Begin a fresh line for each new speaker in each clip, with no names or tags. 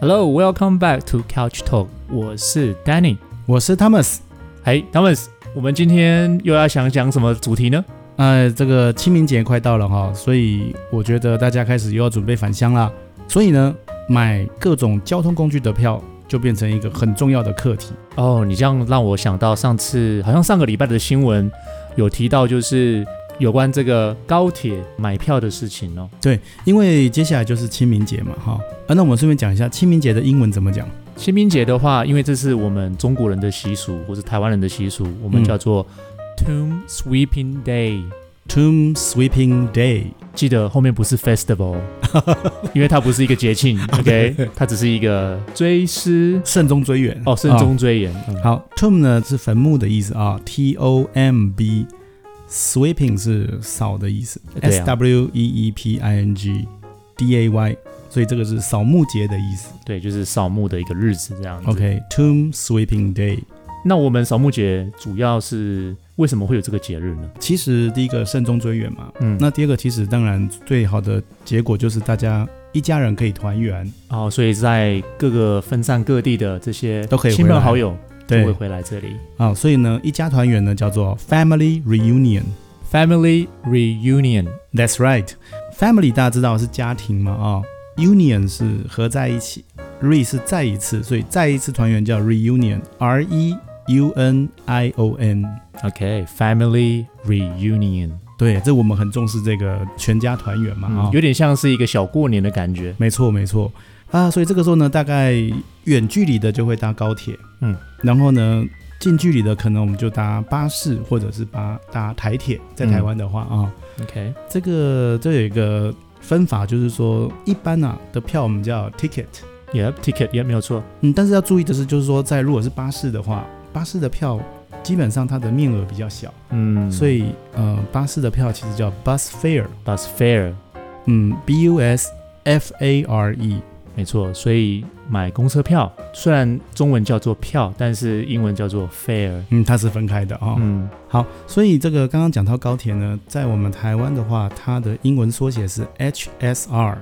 Hello, welcome back to Couch Talk，我是 Danny。
我是 Thomas。
嘿、t h o m a s 我们今天又要想讲什么主题呢？
呃，这个清明节快到了哈，所以我觉得大家开始又要准备返乡啦。所以呢，买各种交通工具的票就变成一个很重要的课题。
哦、你这样让我想到上次，好像上个礼拜的新闻有提到，就是有关这个高铁买票的事情哦。
因为接下来就是清明节嘛，哈、啊，那我们顺便讲一下清明节的英文怎么讲。
清明节的话，因为这是我们中国人的习俗，或是台湾人的习俗，我们
嗯
叫做 Tomb Sweeping Day。
Tomb Sweeping Day。
记得后面不是 festival，因为它不是一个节庆 ，OK，它只是一个追思
慎终追远
哦，慎终追远。嗯
啊好，tomb 呢是坟墓的意思啊，T O M B，sweeping 是扫的意思
对
，S
啊
W E E P I N G D A Y，所以这个是扫墓节的意思。
对，就是扫墓的一个日子这样子。
OK，Tomb、Sweeping Day。
那我们扫墓节主要是为什么会有这个节日呢？
其实第一个慎终追远嘛，
嗯，
那第二个其实当然最好的结果就是大家一家人可以团圆，
哦，所以在各个分散各地的这些
都可以回
亲朋
来
好友都会
对
回来这里
啊，所以呢，一家团圆呢叫做 family reunion。
，family reunion。
That's right. Family 大家知道是家庭嘛啊、Union 是合在一起，re 是再一次，所以再一次团圆叫 reunion，R E U N I O N。
OK，family、reunion，、
对，这我们很重视这个全家团圆嘛啊、
嗯，有点像是一个小过年的感觉。
没错，没错啊，所以这个时候呢，大概远距离的就会搭高铁，
嗯，
然后呢，近距离的可能我们就搭巴士或者是搭搭台铁，在台湾的话啊、
嗯 OK，
这个这有一个分法，就是说一般啊的票我们叫 ticket，
y e p t i c k e t 也、没有错。
嗯，但是要注意的是，就是说在如果是巴士的话，巴士的票基本上它的面额比较小，
嗯，
所以呃，巴士的票其实叫 bus fare，
bus fare
嗯，b u s f a r e。
没错，所以买公车票虽然中文叫做票，但是英文叫做 fare。
嗯，它是分开的啊、哦。
嗯，
好，所以这个刚刚讲到高铁呢，在我们台湾的话，它的英文缩写是 HSR。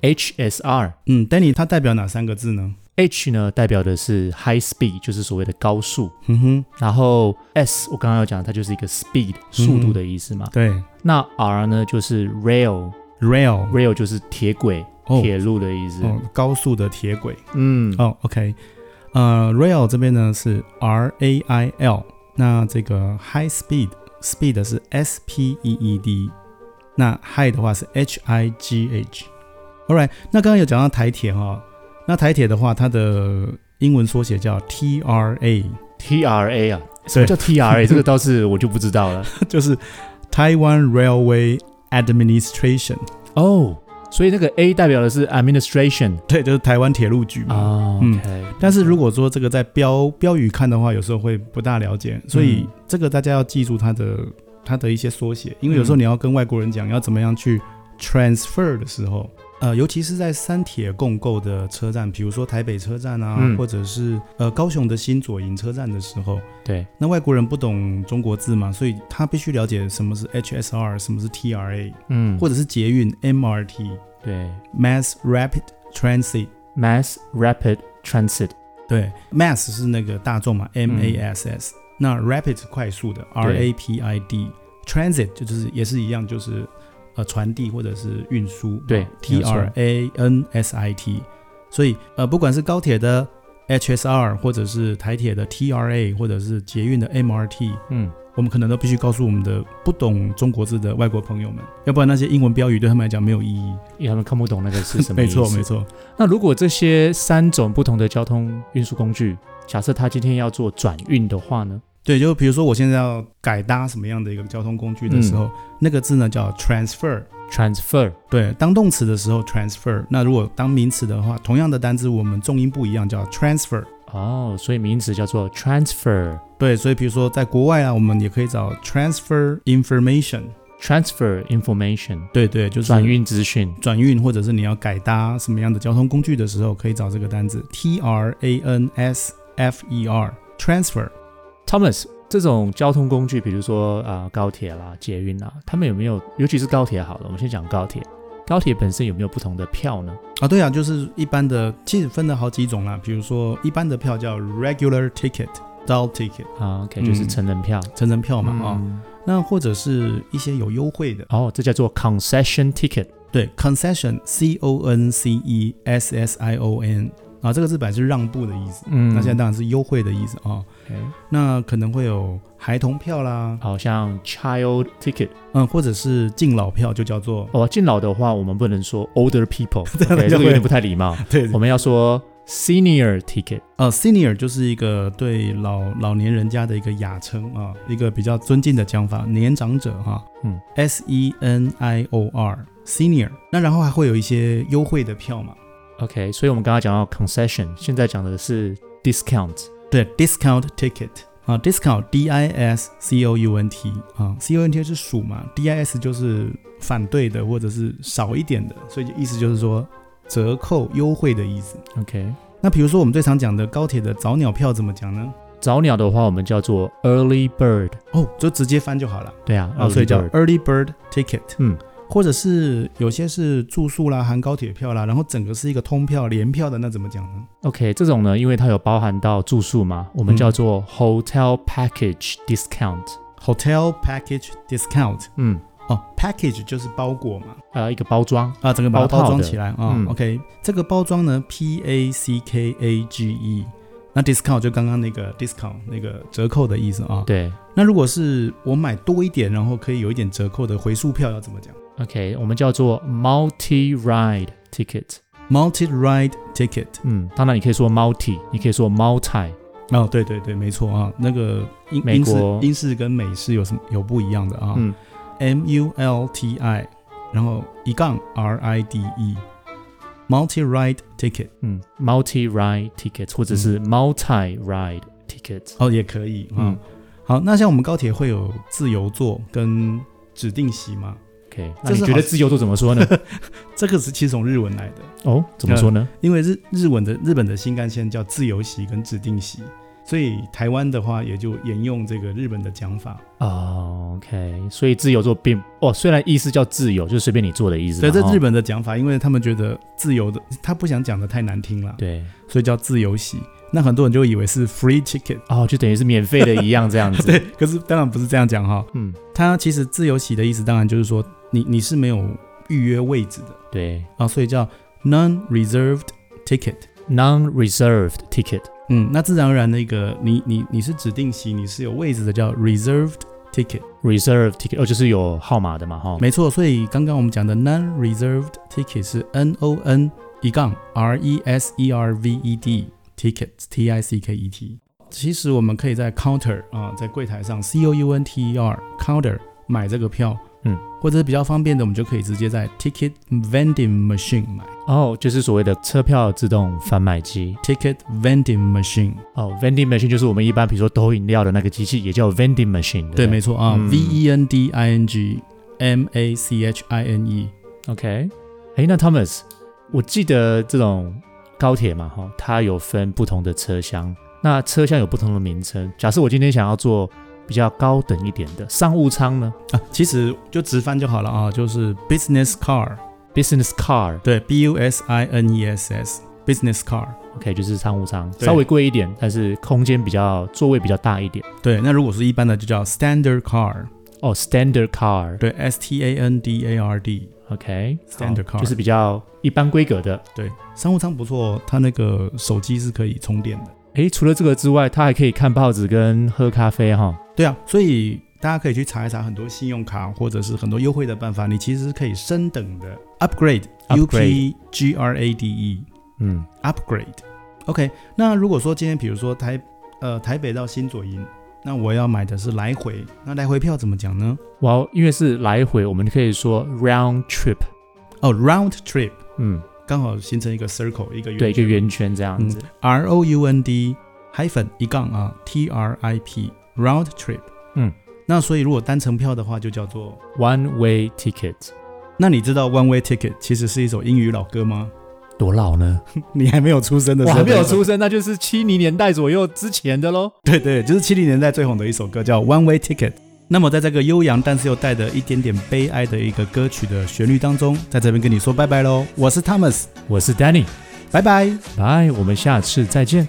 HSR。
嗯，Danny，它代表哪三个字呢？
H 呢代表的是 high speed，就是所谓的高速。
哼嗯哼，
然后 S 我刚刚有讲，它就是一个 speed 速度的意思嘛。
对
那 R 呢就是 rail，rail
，rail，
就是铁轨、
哦
铁路的意思。
哦，高速的铁轨。
嗯，
哦，OK，呃，rail 这边呢是 R A I L，那这个 high speed，speed 是 S P E E D，那 high 的话是 H I G H。Alright，那刚刚有讲到台铁哈、哦，那台铁的话，它的英文缩写叫 T R A，
T R A 啊，什么叫 T R A？这个倒是我就不知 道了。
就是 Taiwan Railway Administration，
哦，所以那个 A 代表的是 administration
对，就是台湾铁路局嘛。
啊。
嗯
OK，
但是如果说这个在标标语看的话，有时候会不大了解，所以
嗯
这个大家要记住它的它的一些缩写，因为有时候
嗯
你要跟外国人讲要怎么样去 transfer 的时候，呃，尤其是在三铁共构的车站，比如说台北车站啊，
嗯
或者是呃高雄的新左营车站的时候，
对。
那外国人不懂中国字嘛，所以他必须了解什么是 HSR，什么是 TRA，
嗯，
或者是捷运 MRT
对
Mass Rapid Transit。
mass rapid transit，
对，mass 是那个大众嘛，M
嗯
A S S、那 rapid 是快速的，R A P I D，transit 就就是也是一样，就是呃传递或者是运输。
对没
，T
有错
R A N S I T。所以呃，不管是高铁的 H S R，或者是台铁的 T R A，或者是捷运的 M R T，
嗯，
我们可能都必须告诉我们的不懂中国字的外国朋友们，要不然那些英文标语对他们来讲没有意义。
因为他们看不懂那个是什么
没
意思。
错，没。错。
那如果这些三种不同的交通运输工具，假设他今天要做转运的话呢？
对，就比如说我现在要改搭什么样的一个交通工具的时候，
嗯
那个字呢叫 transfer。
Transfer
对，当动词的时候 transfer，那如果当名词的话，同样的单字我们重音不一样，叫 transfer。
哦，所以名词叫做 transfer。
对，所以比如说在国外啊，我们也可以找 transfer information。
transfer information
对对，就是
转运资讯。
转运，或者是你要改搭什么样的交通工具的时候，可以找这个单字 t r a n s f e r transfer。
Thomas，这种交通工具，比如说啊、呃高铁啦、捷运啦，他们有没有？尤其是高铁好了，我们先讲高铁，高铁本身有没有不同的票呢？
啊，对啊，就是一般的，其实分了好几种啦。比如说一般的票叫 regular ticket、adult ticket
啊，OK，
嗯
就是成人票
成人票嘛啊、
嗯
那或者是一些有优惠的，
哦，这叫做 concession ticket。
对 concession C O N C E S S I O N 啊，这个字本来是让步的意思，
嗯
那现在当然是优惠的意思啊、
OK，
那可能会有孩童票啦，
好像 child ticket。
嗯，或者是敬老票，就叫做
哦，敬老的话，我们不能说 older people，
样
OK，这
就
个
会
有点不太礼 貌。
对
我们要说 senior ticket。
呃 senior 就是一个对老老年人家的一个雅称啊，一个比较尊敬的讲法，年长者哈、
嗯
，S E N I O R senior。那然后还会有一些优惠的票嘛，
OK，所以我们刚刚讲到 concession，现在讲的是 discount。
对，discount ticket 啊，discount D I S C O U N T 啊，C O N T 是数嘛，D I S 就是反对的或者是少一点的，所以就意思就是说折扣优惠的意思。
OK，
那比如说我们最常讲的高铁的早鸟票怎么讲呢？
早鸟的话，我们叫做 early bird。
哦，就直接翻就好了。
对啊，
啊，所以
early
叫
bird
early bird ticket。
嗯，
或者是有些是住宿啦，含高铁票啦，然后整个是一个通票联票的，那怎么讲呢？
OK，这种呢，因为它有包含到住宿嘛，我们
嗯
叫做 hotel package discount。
Hotel package discount
嗯，
哦，package 就是包裹嘛，
呃，一个包装。
啊，整个把它
包套
包装
的
起来啊、
嗯
OK，这个包装呢，P A C K A G E，那 discount 就刚刚那个 discount 那个折扣的意思啊、
对
那如果是我买多一点，然后可以有一点折扣的回数票要怎么讲
，OK，我们叫做 multi ride ticket。
？Multi ride ticket。
嗯，当然你可以说 multi，你可以说 multi。
哦，对对对，没错啊，那个英
美
英式
国
英式跟美式有什么有不一样的啊？
嗯
M U L T I，然后一杠 R I D E，multi ride ticket
嗯，multi ride ticket 或者是
嗯
multi ride ticket。
哦也可以啊。
嗯
好，那像我们高铁会有自由座跟指定席吗？
，OK，
这
那你
是
觉
好
得自由度怎么说 呢？
这个是其实从日文来的，
哦，怎么说呢？
因为日日文的日本的新干线叫自由席跟指定席，所以台湾的话也就沿用这个日本的讲法。
哦，OK，所以自由做并哦，虽然意思叫自由，就是随便你做的意思嘛。
所以这
哦
日本的讲法，因为他们觉得自由的，他不想讲的太难听了，
对
所以叫自由席。那很多人就以为是 free ticket，
哦，就等于是免费的一样这样子。
对，，可是当然不是这样讲哈。
嗯，
它其实自由席的意思，当然就是说你你是没有预约位置的
对
啊，所以叫 non-reserved ticket。
，non-reserved ticket。
嗯，那自然而然那个你你你是指定席，你是有位置的，叫 reserved ticket。
Reserve ticket 哦，就是有号码的嘛，哦哈。
没错，所以刚刚我们讲的 non-reserved ticket 是 n o n 一杠 r e s e r v e d ticket t i c k e t。其实我们可以在 counter 啊，在柜台上 c o u n t e r counter 买这个票，
嗯，
或者是比较方便的，我们就可以直接在 ticket vending machine 买
哦，就是所谓的车票自动贩卖机
ticket vending machine。
哦，vending machine 就是我们一般比如说投饮料的那个机器，也叫 vending machine 不。
对，没错啊、
嗯
v e n d i n g m a c h i n e。
OK，哎，那 Thomas，我记得这种高铁嘛，哈，它有分不同的车厢，那车厢有不同的名称。假设我今天想要坐比较高等一点的商务舱呢
啊，其实就直翻就好了啊，就是 business car，
，business car，OK，、
对，B U S I N E S S business car。
就是商务舱，
对
稍微贵一点，但是空间比较座位比较大一点。
对，那如果是一般的就叫 standard car，
哦，standard car，OK，、
对，S T A N D A R D。Standard
好
car
就是比较一般规格的。
对，商务舱不错哦，它那个手机是可以充电的。
哎，除了这个之外，它还可以看报纸跟喝咖啡哈。
对啊，所以大家可以去查一查很多信用卡或者是很多优惠的办法，你其实是可以升等的 upgrade U P
Upgrade
G R A D E
嗯
upgrade。OK，那如果说今天比如说台呃台北到新左营，那我要买的是来回，那来回票怎么讲呢？
哇哦，因为是来回，我们可以说 round trip。
哦，round trip
嗯，
刚好形成一个 circle 一个圆
对，一个
圈
圆圈嗯这样子。
R O U N D hyphen 一杠啊 T R I P round trip。
嗯，
那所以如果单程票的话，就叫做。
One way ticket
那你知道 One Way Ticket 其实是一首英语老歌吗？
多老呢？
你还没有出生的时
我
候，
还没有出。生，那就是七零年代左右之前的喽。
对对，就是七零年代最红的一首歌，叫 One Way Ticket。那么在这个悠扬但是又带着一点点悲哀的一个歌曲的旋律当中，在这边跟你说拜拜喽。我是 Thomas，
我是 Danny，
拜拜。
拜，我们下次再见。